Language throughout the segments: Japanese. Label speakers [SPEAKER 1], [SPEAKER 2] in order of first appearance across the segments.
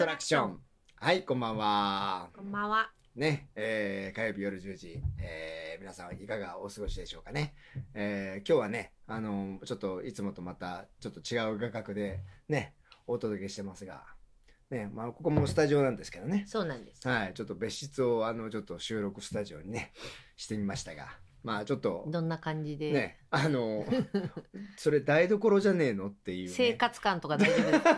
[SPEAKER 1] トラクション。はい、こんばんは。
[SPEAKER 2] こんばんは。
[SPEAKER 1] ね、えー火曜日夜10時、えー皆さんいかがお過ごしでしょうかね。えー今日はね、あのちょっといつもとまたちょっと違う画角でね、お届けしてますが、ね、まあ、ここもスタジオなんですけどね。
[SPEAKER 2] そうなんです。
[SPEAKER 1] はい、ちょっと別室を、あの、ちょっと収録スタジオにね、してみましたが、まあ、ちょっと、
[SPEAKER 2] どんな感じで、
[SPEAKER 1] ね、あのそれ台所じゃねえのっていう、ね。
[SPEAKER 2] 生活感とか大丈夫です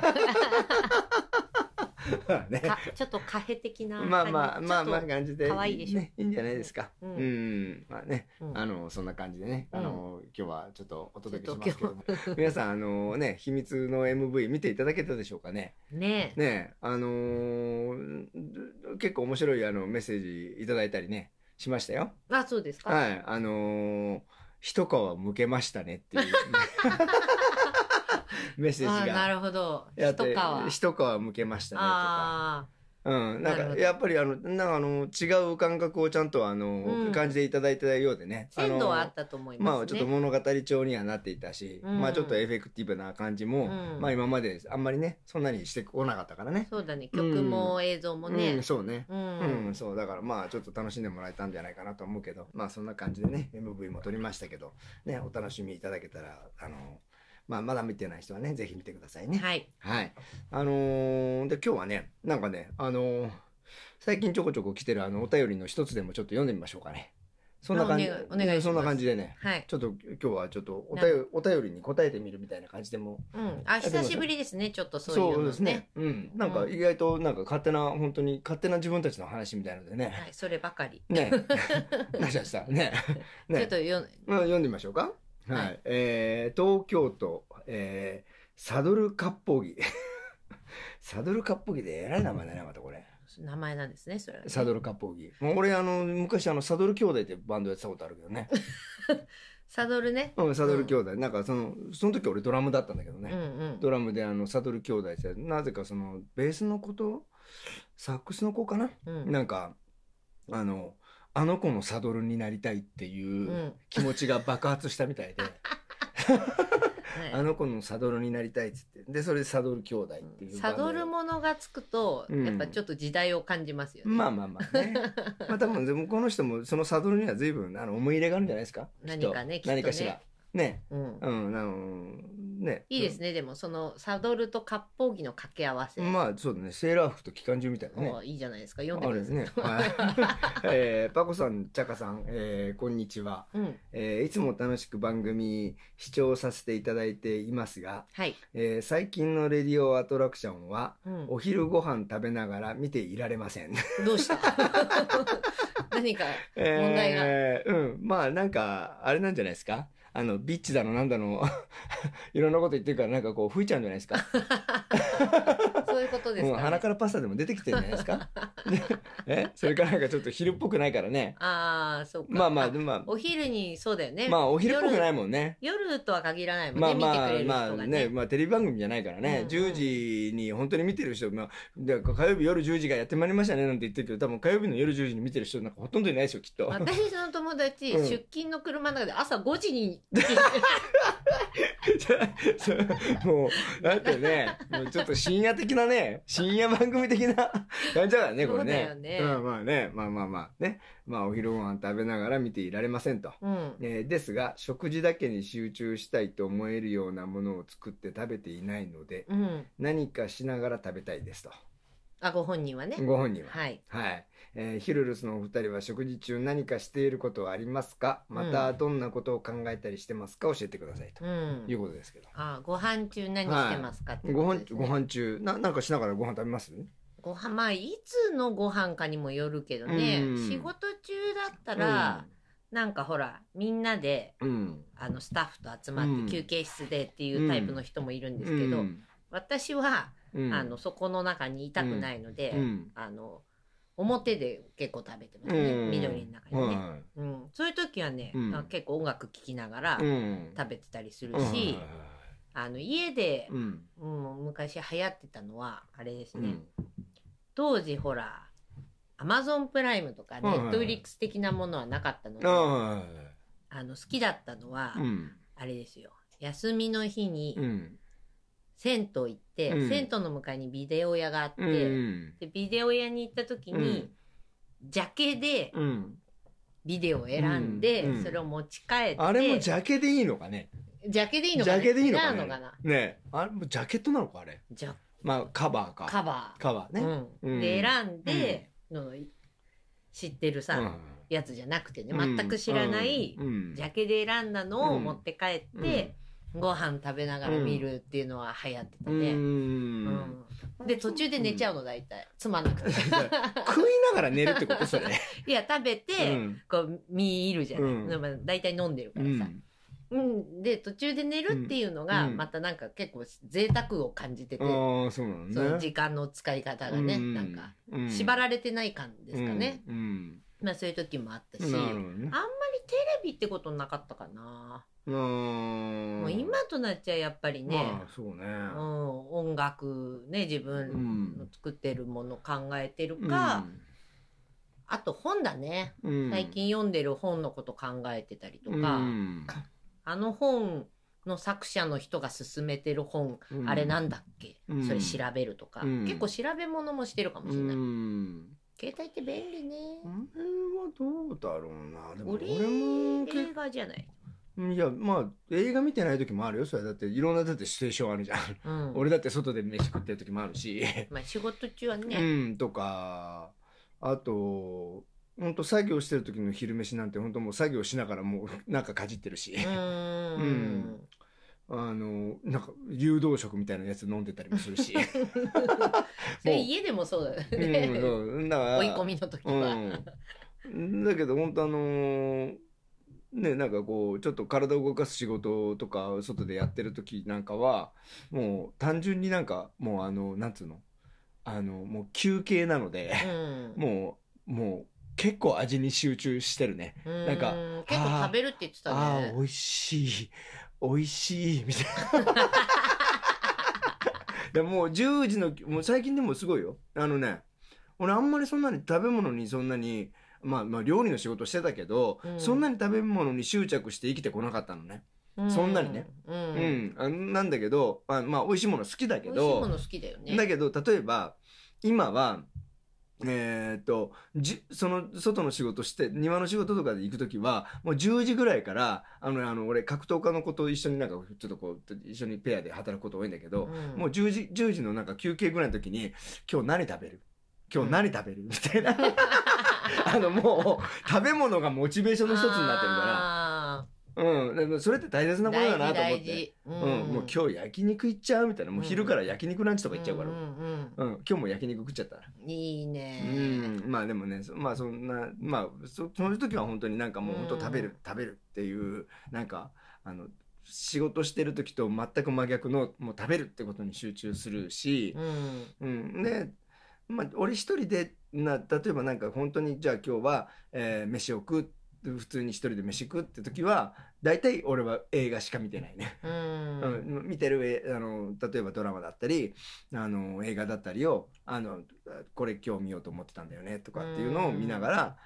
[SPEAKER 2] か
[SPEAKER 1] ね。
[SPEAKER 2] かちょっとカフェ的な感じ。
[SPEAKER 1] まあまあまあまあ
[SPEAKER 2] ちょっ
[SPEAKER 1] 感じで。
[SPEAKER 2] 可愛いでしょ
[SPEAKER 1] ね。いいんじゃないですか。う
[SPEAKER 2] うんん。
[SPEAKER 1] まあね、
[SPEAKER 2] とうん
[SPEAKER 1] あの、そんな感じでね、
[SPEAKER 2] うん
[SPEAKER 1] あの、今日はちょっとお届けしま
[SPEAKER 2] ちょ
[SPEAKER 1] す
[SPEAKER 2] っ
[SPEAKER 1] けど
[SPEAKER 2] と
[SPEAKER 1] も。 皆さん、あのね、秘密の MV 見ていただけたでしょうかね。
[SPEAKER 2] ねえ
[SPEAKER 1] ね、あのー結構面白いあのメッセージいただいたりね、しましたよ。
[SPEAKER 2] あ、そうですか、
[SPEAKER 1] はい。あのー一皮向けましたねっていうね、 メッセー
[SPEAKER 2] あ
[SPEAKER 1] ジ
[SPEAKER 2] な
[SPEAKER 1] が。
[SPEAKER 2] るほど。
[SPEAKER 1] や
[SPEAKER 2] 一
[SPEAKER 1] って
[SPEAKER 2] 皮。
[SPEAKER 1] 一皮向けましたねとか。
[SPEAKER 2] あ
[SPEAKER 1] うん、なん
[SPEAKER 2] なるほ
[SPEAKER 1] か
[SPEAKER 2] ど
[SPEAKER 1] やっぱりあのなんかあの違う感覚をちゃんとあの、
[SPEAKER 2] うん
[SPEAKER 1] 感じていただいたようでね
[SPEAKER 2] あ、鮮度はあ
[SPEAKER 1] の
[SPEAKER 2] ったと思いますね。
[SPEAKER 1] まあちょっと物語調にはなっていたし、
[SPEAKER 2] うん
[SPEAKER 1] まあちょっとエフェクティブな感じも、
[SPEAKER 2] うん
[SPEAKER 1] まあ今まであんまりねそんなにしてこなかったからね。
[SPEAKER 2] そうだね。曲も映像も
[SPEAKER 1] う
[SPEAKER 2] ね
[SPEAKER 1] ん、。そうね。
[SPEAKER 2] う。
[SPEAKER 1] うんん、そうだからまあちょっと楽しんでもらえたんじゃないかなと思うけどまあそんな感じでね MV も撮りましたけどねお楽しみいただけたらあのまあまだ見てない人はねぜひ見てくださいね。
[SPEAKER 2] はい。
[SPEAKER 1] はい。あのーで、今日はね、なんかね、あのー最近ちょこちょこ来てるあの、お便りの一つでもちょっと読んでみましょうかね。そんな感じ、
[SPEAKER 2] あお願いお願いします
[SPEAKER 1] そんな感じでね、
[SPEAKER 2] はい。
[SPEAKER 1] ちょっと今日はちょっとお便り、お便りに答えてみるみたいな感じでも。
[SPEAKER 2] うん。あ、久しぶりですね。ちょっとそういうのね。
[SPEAKER 1] ですね。うん。なんか意外となんか勝手な、本当に勝手な自分たちの話みたいので
[SPEAKER 2] は
[SPEAKER 1] ね。
[SPEAKER 2] い。そればかり。
[SPEAKER 1] ね。 なしゃした。 ね。ね。
[SPEAKER 2] ちょっとよ、
[SPEAKER 1] まあ、読んでみましょうか。はい。
[SPEAKER 2] はい
[SPEAKER 1] えー、東京都、えー、サドルカッポギ。 サドルカッポギでえらい名前だね、またこれ。
[SPEAKER 2] 名前なんですね、それはね、
[SPEAKER 1] サドルカッポギ。もう俺、あの、昔、あの、サドル兄弟ってバンドやってたことあるけどね。
[SPEAKER 2] サドルね。
[SPEAKER 1] うん、サドル兄弟。なんか、その、その時俺ドラムだったんだけど
[SPEAKER 2] う
[SPEAKER 1] ね。
[SPEAKER 2] んうん。
[SPEAKER 1] ドラムで、あの、サドル兄弟って、なぜかその、ベースの子と、サックスの子かな、
[SPEAKER 2] うん
[SPEAKER 1] なんか、あの、あの子のサドルになりたいって
[SPEAKER 2] う
[SPEAKER 1] い
[SPEAKER 2] ん。は
[SPEAKER 1] う
[SPEAKER 2] い
[SPEAKER 1] 気持ちが爆発したみた いで。あの子のサドルになりたいっつってでそれでサドル兄弟っていう
[SPEAKER 2] サドル
[SPEAKER 1] も
[SPEAKER 2] ものがつくと、
[SPEAKER 1] うん
[SPEAKER 2] やっぱちょっと時代を感じますよね。
[SPEAKER 1] まあまあまあ ねまあ多分でもこの人もそのサドルには随分あの思い入れがあるんじゃないですか
[SPEAKER 2] 何かね
[SPEAKER 1] きっと
[SPEAKER 2] き
[SPEAKER 1] 何
[SPEAKER 2] っとね
[SPEAKER 1] かしらね
[SPEAKER 2] うん
[SPEAKER 1] うんあのね
[SPEAKER 2] いいですね、でもそのサドルと割烹着の掛け合わせ、
[SPEAKER 1] まあそうだねセーラー服と機関銃みたいなね
[SPEAKER 2] もういいじゃないですか読んで
[SPEAKER 1] あ
[SPEAKER 2] く
[SPEAKER 1] れ
[SPEAKER 2] だ
[SPEAKER 1] です
[SPEAKER 2] さい、
[SPEAKER 1] ね、はいえーパコさんチャカさん、えーこんにちは、
[SPEAKER 2] うん
[SPEAKER 1] えーいつも楽しく番組視聴させていただいていますが、
[SPEAKER 2] はい、
[SPEAKER 1] えー最近のレディオアトラクションは
[SPEAKER 2] うん
[SPEAKER 1] お昼ご飯食べながら見ていられません。
[SPEAKER 2] どう した何か
[SPEAKER 1] 問
[SPEAKER 2] 題が
[SPEAKER 1] えーうん。まあなんか、あれなんじゃないですかあの、ビッチだのなんだの、 いろんなこと言ってるからなんかこう吹いちゃうんじゃないですか。
[SPEAKER 2] そういうことです
[SPEAKER 1] うん、
[SPEAKER 2] か、ね
[SPEAKER 1] 鼻からパスタでも出てきてるんじゃないです かねえそれからなんかちょっと昼っぽくないからね。
[SPEAKER 2] ああそうか
[SPEAKER 1] まあまあ、でもまあ、
[SPEAKER 2] お昼にそうだよね
[SPEAKER 1] まあお昼っぽくないいもんね。
[SPEAKER 2] 夜夜とは限らないもん
[SPEAKER 1] ま
[SPEAKER 2] ね、
[SPEAKER 1] あま
[SPEAKER 2] 見て
[SPEAKER 1] あ
[SPEAKER 2] くれる
[SPEAKER 1] まあ
[SPEAKER 2] 人が
[SPEAKER 1] ね、
[SPEAKER 2] ね,、
[SPEAKER 1] まあテレビ番組じゃないからね、
[SPEAKER 2] うん
[SPEAKER 1] 10時に本当に見てる人、まあ、で火曜日夜10時がやってまいりましたねなんて言ってるけど、多分火曜日の夜10時に見てる人なんかほとんどいないですよ、きっと。
[SPEAKER 2] 私その友達、
[SPEAKER 1] うん
[SPEAKER 2] 出勤の車の中で朝5時に
[SPEAKER 1] じゃあそう もう、だってね、もうちょっと深夜的なね、深夜番組的な感じだからね、これね。
[SPEAKER 2] そうだよね
[SPEAKER 1] んまあね、まあまあまあ、ね。まあお昼ご飯食べながら見ていられませんと。
[SPEAKER 2] うん
[SPEAKER 1] えーですが、食事だけに集中したいと思えるようなものを作って食べていないので、
[SPEAKER 2] うん
[SPEAKER 1] 何かしながら食べたいですと。
[SPEAKER 2] あご本人はね、
[SPEAKER 1] ご本人は。
[SPEAKER 2] はい
[SPEAKER 1] はい。えーヒルルスのお二人は食事中何かしていることはありますかまた、
[SPEAKER 2] う
[SPEAKER 1] どんなことを考えたりしてますか教えてくださいと
[SPEAKER 2] う
[SPEAKER 1] いうんことですけど。
[SPEAKER 2] あご飯中何してますかって
[SPEAKER 1] ご
[SPEAKER 2] こと
[SPEAKER 1] 飯
[SPEAKER 2] で、すね
[SPEAKER 1] ご飯中、な、なんかしながらご飯食べます
[SPEAKER 2] ご飯まあいつのご飯かにもよるけどね、
[SPEAKER 1] うん
[SPEAKER 2] 仕事中だったら、、なんかほらみんなで
[SPEAKER 1] うん。うん
[SPEAKER 2] あのスタッフと集ま
[SPEAKER 1] うん
[SPEAKER 2] って休憩室でっていうタイプの人もいるんですけど、
[SPEAKER 1] うん
[SPEAKER 2] 私は、
[SPEAKER 1] うん
[SPEAKER 2] あのそこの中にいたくないので、
[SPEAKER 1] うん。
[SPEAKER 2] あの表で結構食べてますね、
[SPEAKER 1] うん
[SPEAKER 2] 緑の中にね、
[SPEAKER 1] は
[SPEAKER 2] うん、そういう時はね、
[SPEAKER 1] うん
[SPEAKER 2] あ結構音楽聴きながら
[SPEAKER 1] いうん。
[SPEAKER 2] 食べてたりする
[SPEAKER 1] うん
[SPEAKER 2] し、あの家で、
[SPEAKER 1] うん。
[SPEAKER 2] うん、昔流行ってたのはあれです
[SPEAKER 1] う
[SPEAKER 2] ね、
[SPEAKER 1] ん。
[SPEAKER 2] 当時ほらアマゾンプライムとかネ
[SPEAKER 1] はいはい
[SPEAKER 2] ットフリックス的なものはなかったので、
[SPEAKER 1] あ
[SPEAKER 2] あの好きだったのは、
[SPEAKER 1] あ。うん。
[SPEAKER 2] あれですよ休みの日に
[SPEAKER 1] うん。
[SPEAKER 2] 銭湯行って、
[SPEAKER 1] うん
[SPEAKER 2] 銭湯の向かいにビデオ屋があって、
[SPEAKER 1] うん
[SPEAKER 2] でビデオ屋に行った時に、ジャケで
[SPEAKER 1] うん、
[SPEAKER 2] ビデオを選んで、
[SPEAKER 1] うんうん
[SPEAKER 2] それを持ち帰って
[SPEAKER 1] あれもジャケでいいのかね
[SPEAKER 2] ジャケでいいの
[SPEAKER 1] ジ
[SPEAKER 2] かな
[SPEAKER 1] ャケでいいのか
[SPEAKER 2] 違う
[SPEAKER 1] ね
[SPEAKER 2] のかな
[SPEAKER 1] ねえあれもジャケットなのかあれ
[SPEAKER 2] ジャ
[SPEAKER 1] まあカバーか
[SPEAKER 2] カバ
[SPEAKER 1] カバー
[SPEAKER 2] ー、
[SPEAKER 1] ね、
[SPEAKER 2] うん、で
[SPEAKER 1] うん
[SPEAKER 2] 選んで、の知ってるさ、やつじゃなくてね全く知らない、
[SPEAKER 1] うん
[SPEAKER 2] ジャケで選んだのを持って帰って、
[SPEAKER 1] うん
[SPEAKER 2] ご飯食べながら見るっていうのは流行ってた
[SPEAKER 1] うん
[SPEAKER 2] ね。
[SPEAKER 1] うん
[SPEAKER 2] うんで途中で寝ちゃうの大体つまんなくて
[SPEAKER 1] 食いながら寝るってことそれ、
[SPEAKER 2] いや食べ
[SPEAKER 1] う
[SPEAKER 2] て、
[SPEAKER 1] ん
[SPEAKER 2] こう見入るじゃない、
[SPEAKER 1] うん
[SPEAKER 2] でも大体飲んでるか
[SPEAKER 1] う
[SPEAKER 2] らさ、
[SPEAKER 1] ん
[SPEAKER 2] うん、で途中で寝るっていうのが、
[SPEAKER 1] うん
[SPEAKER 2] またなんか結構贅沢を感じてて、
[SPEAKER 1] ああそうな
[SPEAKER 2] その
[SPEAKER 1] のね
[SPEAKER 2] 時間の使い方がね、
[SPEAKER 1] う
[SPEAKER 2] なんか
[SPEAKER 1] うん
[SPEAKER 2] 縛られてない感ですかね、
[SPEAKER 1] うん
[SPEAKER 2] まあそういう時もあったし
[SPEAKER 1] うんなるほどね
[SPEAKER 2] あんまりテレビってことなかったかな、
[SPEAKER 1] うーん
[SPEAKER 2] もう今となっちゃやっぱりね、
[SPEAKER 1] まあそうね
[SPEAKER 2] うん、音楽ね自分の作ってるもの考えてるか、あと本だね
[SPEAKER 1] うん
[SPEAKER 2] 最近読んでる本のこと考えてたりとか、
[SPEAKER 1] うん
[SPEAKER 2] あの本の作者の人が勧めてる本、あれなんだっけ、
[SPEAKER 1] うん
[SPEAKER 2] それ調べるとか、
[SPEAKER 1] うん
[SPEAKER 2] 結構調べ物もしてるかもしれない、
[SPEAKER 1] うん
[SPEAKER 2] 携帯って便利ね、
[SPEAKER 1] これはどうだろうなでも
[SPEAKER 2] 俺
[SPEAKER 1] 俺も
[SPEAKER 2] 映
[SPEAKER 1] 結
[SPEAKER 2] 画じゃない、
[SPEAKER 1] 構いやまあ映画見てない時もあるよそれだっていろんなだってシチュエーションあるじゃん
[SPEAKER 2] うん
[SPEAKER 1] 俺だって外で飯食ってる時もあるし
[SPEAKER 2] まあ、仕事中は
[SPEAKER 1] う
[SPEAKER 2] ね、
[SPEAKER 1] んとかあと本当作業してる時の昼飯なんて本当もう作業しながらもうなんかかじってるし、
[SPEAKER 2] うーん
[SPEAKER 1] うんあのなんか誘導食みたいなやつ飲んでたりもするし
[SPEAKER 2] それ家でもそうだ
[SPEAKER 1] う
[SPEAKER 2] よね、
[SPEAKER 1] んそうだから
[SPEAKER 2] 追い込みの時は、
[SPEAKER 1] うん、だけど本当あのーねなんかこうちょっと体を動かす仕事とか外でやってる時なんかはもう単純になんかもうあのなんつうのあのもう休憩なので、
[SPEAKER 2] うん
[SPEAKER 1] もうもう結構味に集中してるね、なんか
[SPEAKER 2] うーん結構食べるって言ってた
[SPEAKER 1] ああ
[SPEAKER 2] ね
[SPEAKER 1] 美味しい美味しいみたいな でもう10時のもう最近でもすごいよあのね俺あんまりそんなに食べ物にそんなにまあまあ料理の仕事してたけど、
[SPEAKER 2] うん
[SPEAKER 1] そんなに食べ物に執着して生きてこなかったのね
[SPEAKER 2] う
[SPEAKER 1] そんなにね
[SPEAKER 2] う、
[SPEAKER 1] うんん、あなんだけどあまあ美味しいもの好きだけ
[SPEAKER 2] 美
[SPEAKER 1] ど
[SPEAKER 2] 味しいもの好きだよね
[SPEAKER 1] だけど例えば今はえーっとじその外の仕事して庭の仕事とかで行く時はもう10時ぐらいからあのあの俺格闘家の子と一緒になんかちょっとこう一緒にペアで働くこと多いんだけど、
[SPEAKER 2] うん
[SPEAKER 1] もう10時 ,10 時のなんか休憩ぐらいの時に「今日何食べる今日何食べる?」みた いなあのもう食べ物がモチベーションの一つになってるか
[SPEAKER 2] あ
[SPEAKER 1] ら、うん、でもそれって大切
[SPEAKER 2] ー
[SPEAKER 1] なことだなと思っ
[SPEAKER 2] 大事
[SPEAKER 1] て。
[SPEAKER 2] 大事うん
[SPEAKER 1] うん、もう今日焼肉行っちゃうみたいなもう昼から焼肉ランチとか行っちゃうから、
[SPEAKER 2] んん
[SPEAKER 1] うん、今日も焼肉食っちゃった。
[SPEAKER 2] うんいいうね
[SPEAKER 1] ん、まあでもね、そまあそんな、まあそその時は本当になんかもう本当食べる、
[SPEAKER 2] うん
[SPEAKER 1] 食べるっていう、なんか、あの、仕事してる時と全く真逆の、もう食べるってことに集中するし、
[SPEAKER 2] うん
[SPEAKER 1] うん、で、まあ俺一人で、な、例えばなんか本当にじゃあ今日は、えー飯を食う、普通に一人で飯食うって時は、大体俺は映画しか見てないね。
[SPEAKER 2] うん
[SPEAKER 1] うん、見てるえあの例えばドラマだったりあの映画だったりをあのこれ今日見ようと思ってたんだよねとかっていうのを見ながら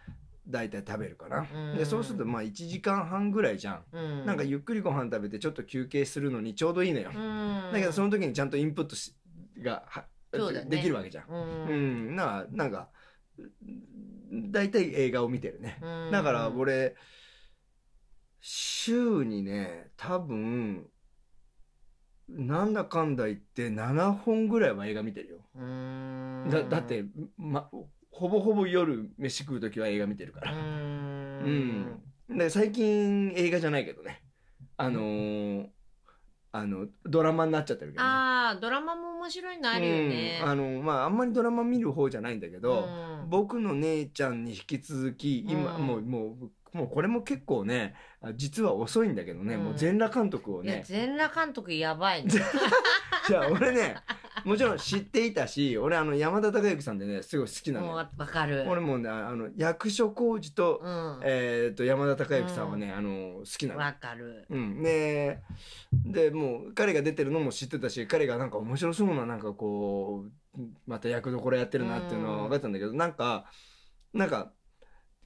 [SPEAKER 1] 大体食べるかな、
[SPEAKER 2] うん
[SPEAKER 1] でそうするとまあ1時間半ぐらいじゃん、
[SPEAKER 2] うん
[SPEAKER 1] なんかゆっくりご飯食べてちょっと休憩するのにちょうどいいのよ、
[SPEAKER 2] うん
[SPEAKER 1] だけどその時にちゃんとインプットしがは
[SPEAKER 2] そうだね
[SPEAKER 1] できるわけじゃん、
[SPEAKER 2] う
[SPEAKER 1] うんんななんか大体映画を見てるね、
[SPEAKER 2] うん
[SPEAKER 1] だから俺、週にね、多分、なんだかんだ言って7本ぐらいは映画見てるよ。
[SPEAKER 2] うん
[SPEAKER 1] だだって、ま、ほぼほぼ夜飯食う時は映画見てるか
[SPEAKER 2] う
[SPEAKER 1] ら。うんん。で最近映画じゃないけどね。あのーあの、ドラマになっちゃってるけどね。
[SPEAKER 2] ああドラマも面白いのあるよね
[SPEAKER 1] うんあの、まあ、あんまりドラマ見る方じゃないんだけど、
[SPEAKER 2] うん
[SPEAKER 1] 僕の姉ちゃんに引き続き今、
[SPEAKER 2] うん
[SPEAKER 1] もうもうもうこれも結構ねあ実は遅いんだけどね、
[SPEAKER 2] うん
[SPEAKER 1] もう全裸監督を
[SPEAKER 2] いや
[SPEAKER 1] ね
[SPEAKER 2] 全裸監督やばい ね
[SPEAKER 1] じゃあ俺ねもちろん知っていたし俺あの山田孝之さんでねすごい好きな
[SPEAKER 2] もう
[SPEAKER 1] のよ
[SPEAKER 2] わかる
[SPEAKER 1] 俺もねあの役所広司と,、
[SPEAKER 2] うん
[SPEAKER 1] えー、と山田孝之さんはね、あの好きなの
[SPEAKER 2] わかる
[SPEAKER 1] うん、ででもう彼が出てるのも知ってたし彼がなんか面白そうななんかこうまた役どころやってるなっていうのは 分かってたんだけど、なんかなんか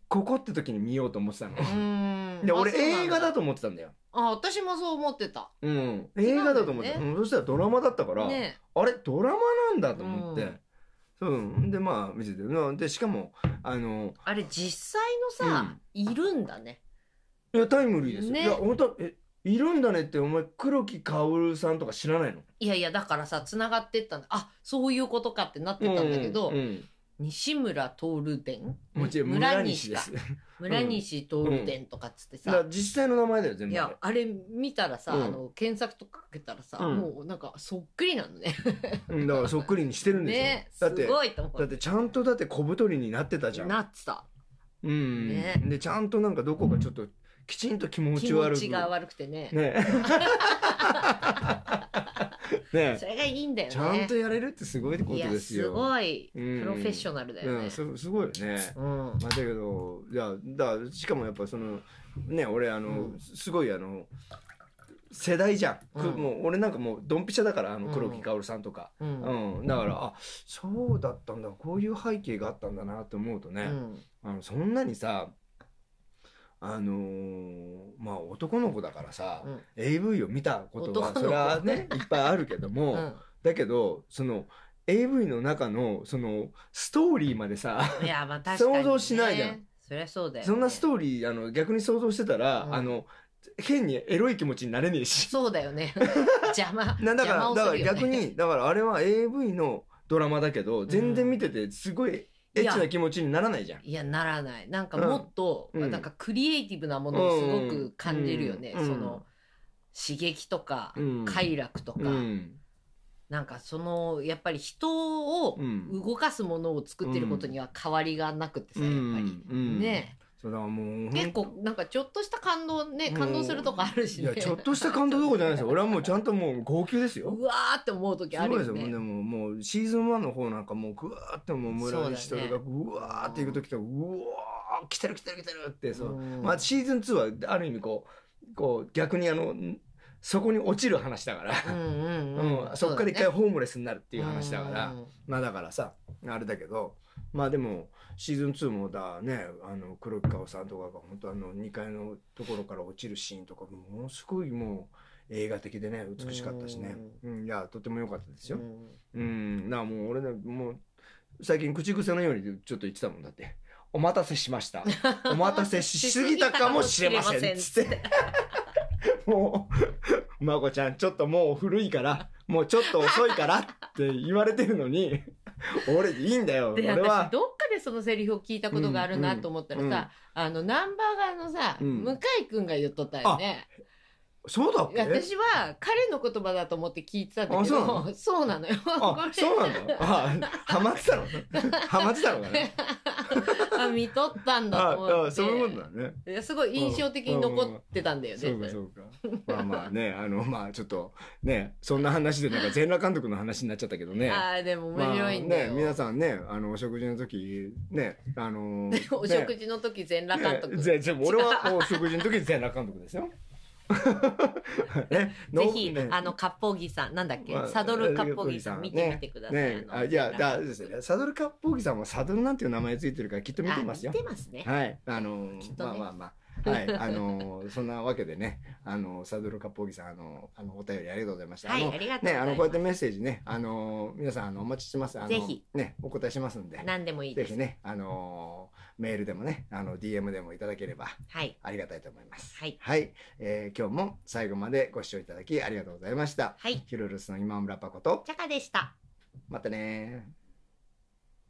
[SPEAKER 1] ここって時に見ようと思ってたの、
[SPEAKER 2] うんうん
[SPEAKER 1] で、
[SPEAKER 2] あ
[SPEAKER 1] 俺
[SPEAKER 2] そうなん
[SPEAKER 1] 映画だと思ってたんだよ。
[SPEAKER 2] あ私もそう思ってた
[SPEAKER 1] うん。映画だと思ってた。
[SPEAKER 2] 違う
[SPEAKER 1] うんそしたらドラマだったから、
[SPEAKER 2] ね
[SPEAKER 1] あれドラマなんだと思って。
[SPEAKER 2] うん
[SPEAKER 1] そううん。で、まあ、見せてなで、しかも、あの、
[SPEAKER 2] あれ実際のさ、いるんだね
[SPEAKER 1] いや、タイムリーですよ。
[SPEAKER 2] ね
[SPEAKER 1] いや、本当え、いるんだねって、お前、黒木薫さんとか知らないの
[SPEAKER 2] いやいやだからさつながってったんだあそういうことかってなってたんだけど、
[SPEAKER 1] うんうん
[SPEAKER 2] 西村徹伝
[SPEAKER 1] もちろん村西です。
[SPEAKER 2] か村西徹伝とかっつって
[SPEAKER 1] だ
[SPEAKER 2] さ、
[SPEAKER 1] から実際の名前だよ、全
[SPEAKER 2] い
[SPEAKER 1] 部あれ
[SPEAKER 2] や。あれ見たらさ、
[SPEAKER 1] うん
[SPEAKER 2] あの検索とかかけたらさ、
[SPEAKER 1] うん
[SPEAKER 2] もうなんかそっくりなのね
[SPEAKER 1] うんだからそっくりにしてるんですよ。だ
[SPEAKER 2] ねす
[SPEAKER 1] って、
[SPEAKER 2] ごいと思
[SPEAKER 1] だっ
[SPEAKER 2] って
[SPEAKER 1] ちゃんとだって小太りになってたじ
[SPEAKER 2] て
[SPEAKER 1] ゃ。
[SPEAKER 2] なんってた
[SPEAKER 1] うん。
[SPEAKER 2] ね
[SPEAKER 1] で、ちゃんとなんかどこかちょっと、きちんと気持
[SPEAKER 2] 気
[SPEAKER 1] ち悪
[SPEAKER 2] 持
[SPEAKER 1] く。
[SPEAKER 2] ちが悪くてね
[SPEAKER 1] ね ね
[SPEAKER 2] それがいいんだよね
[SPEAKER 1] ちゃんとやれるってすごいこと
[SPEAKER 2] いや
[SPEAKER 1] ですよ。
[SPEAKER 2] すごい
[SPEAKER 1] うん
[SPEAKER 2] プロフェッショナルだよ
[SPEAKER 1] う
[SPEAKER 2] ね
[SPEAKER 1] ん、すすごいよね。
[SPEAKER 2] うん
[SPEAKER 1] まあ、だけど、いや、だ、しかもやっぱその、ね、俺、あの、
[SPEAKER 2] うん
[SPEAKER 1] すごいあの、世代じゃん。く
[SPEAKER 2] うん
[SPEAKER 1] もう、俺なんかもう、ドンピシャだから、あの、
[SPEAKER 2] うん
[SPEAKER 1] 黒木薫さんとか。
[SPEAKER 2] うん
[SPEAKER 1] うん、だから、あ、そうだったんだ、こういう背景があったんだなって思うと
[SPEAKER 2] う
[SPEAKER 1] ね、
[SPEAKER 2] ん
[SPEAKER 1] あの、そんなにさ、あのーまあ男の子だからさ、
[SPEAKER 2] うん
[SPEAKER 1] AV を見たことは
[SPEAKER 2] 男の子
[SPEAKER 1] それはねいっぱいあるけど も、だけどその AV の中のそのストーリーまでさ
[SPEAKER 2] うんいやまあ確かに、ね、
[SPEAKER 1] 想像しないじゃん
[SPEAKER 2] そりゃそうだよ、ね、
[SPEAKER 1] そんなストーリーあの逆に想像してたら、
[SPEAKER 2] うん
[SPEAKER 1] あの変にエロい気持ちになれねえ し
[SPEAKER 2] そうだ よね邪魔
[SPEAKER 1] なだから、だ
[SPEAKER 2] 邪魔
[SPEAKER 1] か
[SPEAKER 2] を
[SPEAKER 1] ら
[SPEAKER 2] するよね
[SPEAKER 1] 逆にだからあれは AV のドラマだけど全然見ててすごいエッチな気持ちにならないじゃん。
[SPEAKER 2] いやならないなんかもっと、
[SPEAKER 1] うん
[SPEAKER 2] なんかクリエイティブなものをすごく感じるよね、
[SPEAKER 1] うん
[SPEAKER 2] その刺激とか、
[SPEAKER 1] うん
[SPEAKER 2] 快楽とか、
[SPEAKER 1] うん
[SPEAKER 2] なんかそのやっぱり人を
[SPEAKER 1] うん
[SPEAKER 2] 動かすものを作ってることには変わりがなくてさ、やっぱり、
[SPEAKER 1] うん
[SPEAKER 2] ね
[SPEAKER 1] そうだからもう
[SPEAKER 2] 結構なんかちょっとした感動ね
[SPEAKER 1] うん
[SPEAKER 2] 感動するとこある
[SPEAKER 1] い
[SPEAKER 2] しね
[SPEAKER 1] やちょっとした感動どころじゃない ですよ俺はもうちゃんともう号泣ですよ
[SPEAKER 2] うわーって思う時あ
[SPEAKER 1] す
[SPEAKER 2] る
[SPEAKER 1] ごい
[SPEAKER 2] よ
[SPEAKER 1] ですよ、
[SPEAKER 2] ね
[SPEAKER 1] でももうシーズン1の方なんかもうぐわーってもう村西
[SPEAKER 2] そう
[SPEAKER 1] と
[SPEAKER 2] だね
[SPEAKER 1] がぐわーっていく時とうわー来てる来てる来てるってそう、
[SPEAKER 2] うん
[SPEAKER 1] まあ、シーズン2はある意味こうこう逆にあのんそこに落ちる話だから、
[SPEAKER 2] うんうん
[SPEAKER 1] うん
[SPEAKER 2] うん
[SPEAKER 1] そっから一
[SPEAKER 2] そ
[SPEAKER 1] 回
[SPEAKER 2] うだね
[SPEAKER 1] ホームレスになるっていう話だから、
[SPEAKER 2] うん
[SPEAKER 1] まあだからさあれだけどまあでもシーズン2もだねあの黒木川さんとかが本当あの2階のところから落ちるシーンとかものすごいもう映画的でね美しかったしね、うん、いやとても良かったですよ。
[SPEAKER 2] うん
[SPEAKER 1] うん、なあもう俺ねもう最近口癖のようにちょっと言ってたもんだって「お待たせしました」 「お待たせしすぎたかもしれません」っつって もう「まこちゃんちょっともう古いからもうちょっと遅いから」って言われてるのに 俺いいんだよ
[SPEAKER 2] で
[SPEAKER 1] 俺
[SPEAKER 2] 私
[SPEAKER 1] は。
[SPEAKER 2] どっかでそのセリフを聞いたことがあるなと思ったらさ、
[SPEAKER 1] うんうん
[SPEAKER 2] あのナンバーガーのさ、
[SPEAKER 1] うん
[SPEAKER 2] 向井くんが言っとったよね
[SPEAKER 1] そうだっけ
[SPEAKER 2] 私は彼の言葉だと思って聞いてたんだけど
[SPEAKER 1] あそうなの
[SPEAKER 2] そうなのよ こ
[SPEAKER 1] あ
[SPEAKER 2] れ
[SPEAKER 1] そうなんだあハマってたの ハマってたのかね
[SPEAKER 2] あ見とったんだ
[SPEAKER 1] あ
[SPEAKER 2] と思って
[SPEAKER 1] あそういうことだね
[SPEAKER 2] いやすごい印象的に残ってたんだよね、
[SPEAKER 1] そうかそうか。まあまあね、あの、まあちょっと、ね、そんな話でなんか全裸監督の話になっちゃったけどね。
[SPEAKER 2] ああでも面
[SPEAKER 1] まあ
[SPEAKER 2] 白いんだよ、、
[SPEAKER 1] ね、皆さんね、あの、お食事の時、ね、あ の
[SPEAKER 2] お食事の時全裸監督、
[SPEAKER 1] ねぜぜ俺はお食事の時全裸監督です よ。ね、の
[SPEAKER 2] ぜひ、
[SPEAKER 1] ね
[SPEAKER 2] あの、割烹着さん、なんだっけ、
[SPEAKER 1] まあ
[SPEAKER 2] サドル割烹着さ
[SPEAKER 1] ね
[SPEAKER 2] ん、見てみてください。
[SPEAKER 1] ね
[SPEAKER 2] の
[SPEAKER 1] あいや、だですね。サドル割烹着さんはサドルなんていう名前ついてるからきっと見てますよ
[SPEAKER 2] あ。見てますね。
[SPEAKER 1] はい、あのー
[SPEAKER 2] きっと
[SPEAKER 1] まあ
[SPEAKER 2] ね
[SPEAKER 1] まあまあ、はい、あのーそんなわけでね、あのーサドルカッポギさん、あのーあのお便りありがとうございました。
[SPEAKER 2] はい、
[SPEAKER 1] あ
[SPEAKER 2] あ
[SPEAKER 1] の
[SPEAKER 2] りがとうござ
[SPEAKER 1] ね、
[SPEAKER 2] います。
[SPEAKER 1] あのこうやってメッセージね、あのー皆さんあのお待ちしてます。あの
[SPEAKER 2] ぜひ
[SPEAKER 1] ね、お答えしますんで、
[SPEAKER 2] 何でもいい
[SPEAKER 1] ぜ
[SPEAKER 2] で
[SPEAKER 1] ひ
[SPEAKER 2] す。
[SPEAKER 1] ね、あのーメールでもね、あの DM でもいただければ
[SPEAKER 2] はい。
[SPEAKER 1] ありがたいと思います。
[SPEAKER 2] はい。
[SPEAKER 1] はい、えー今日も最後までご視聴いただきありがとうございました。
[SPEAKER 2] はい。
[SPEAKER 1] ヒロルスの今村パコと、
[SPEAKER 2] チャカでした。
[SPEAKER 1] またねー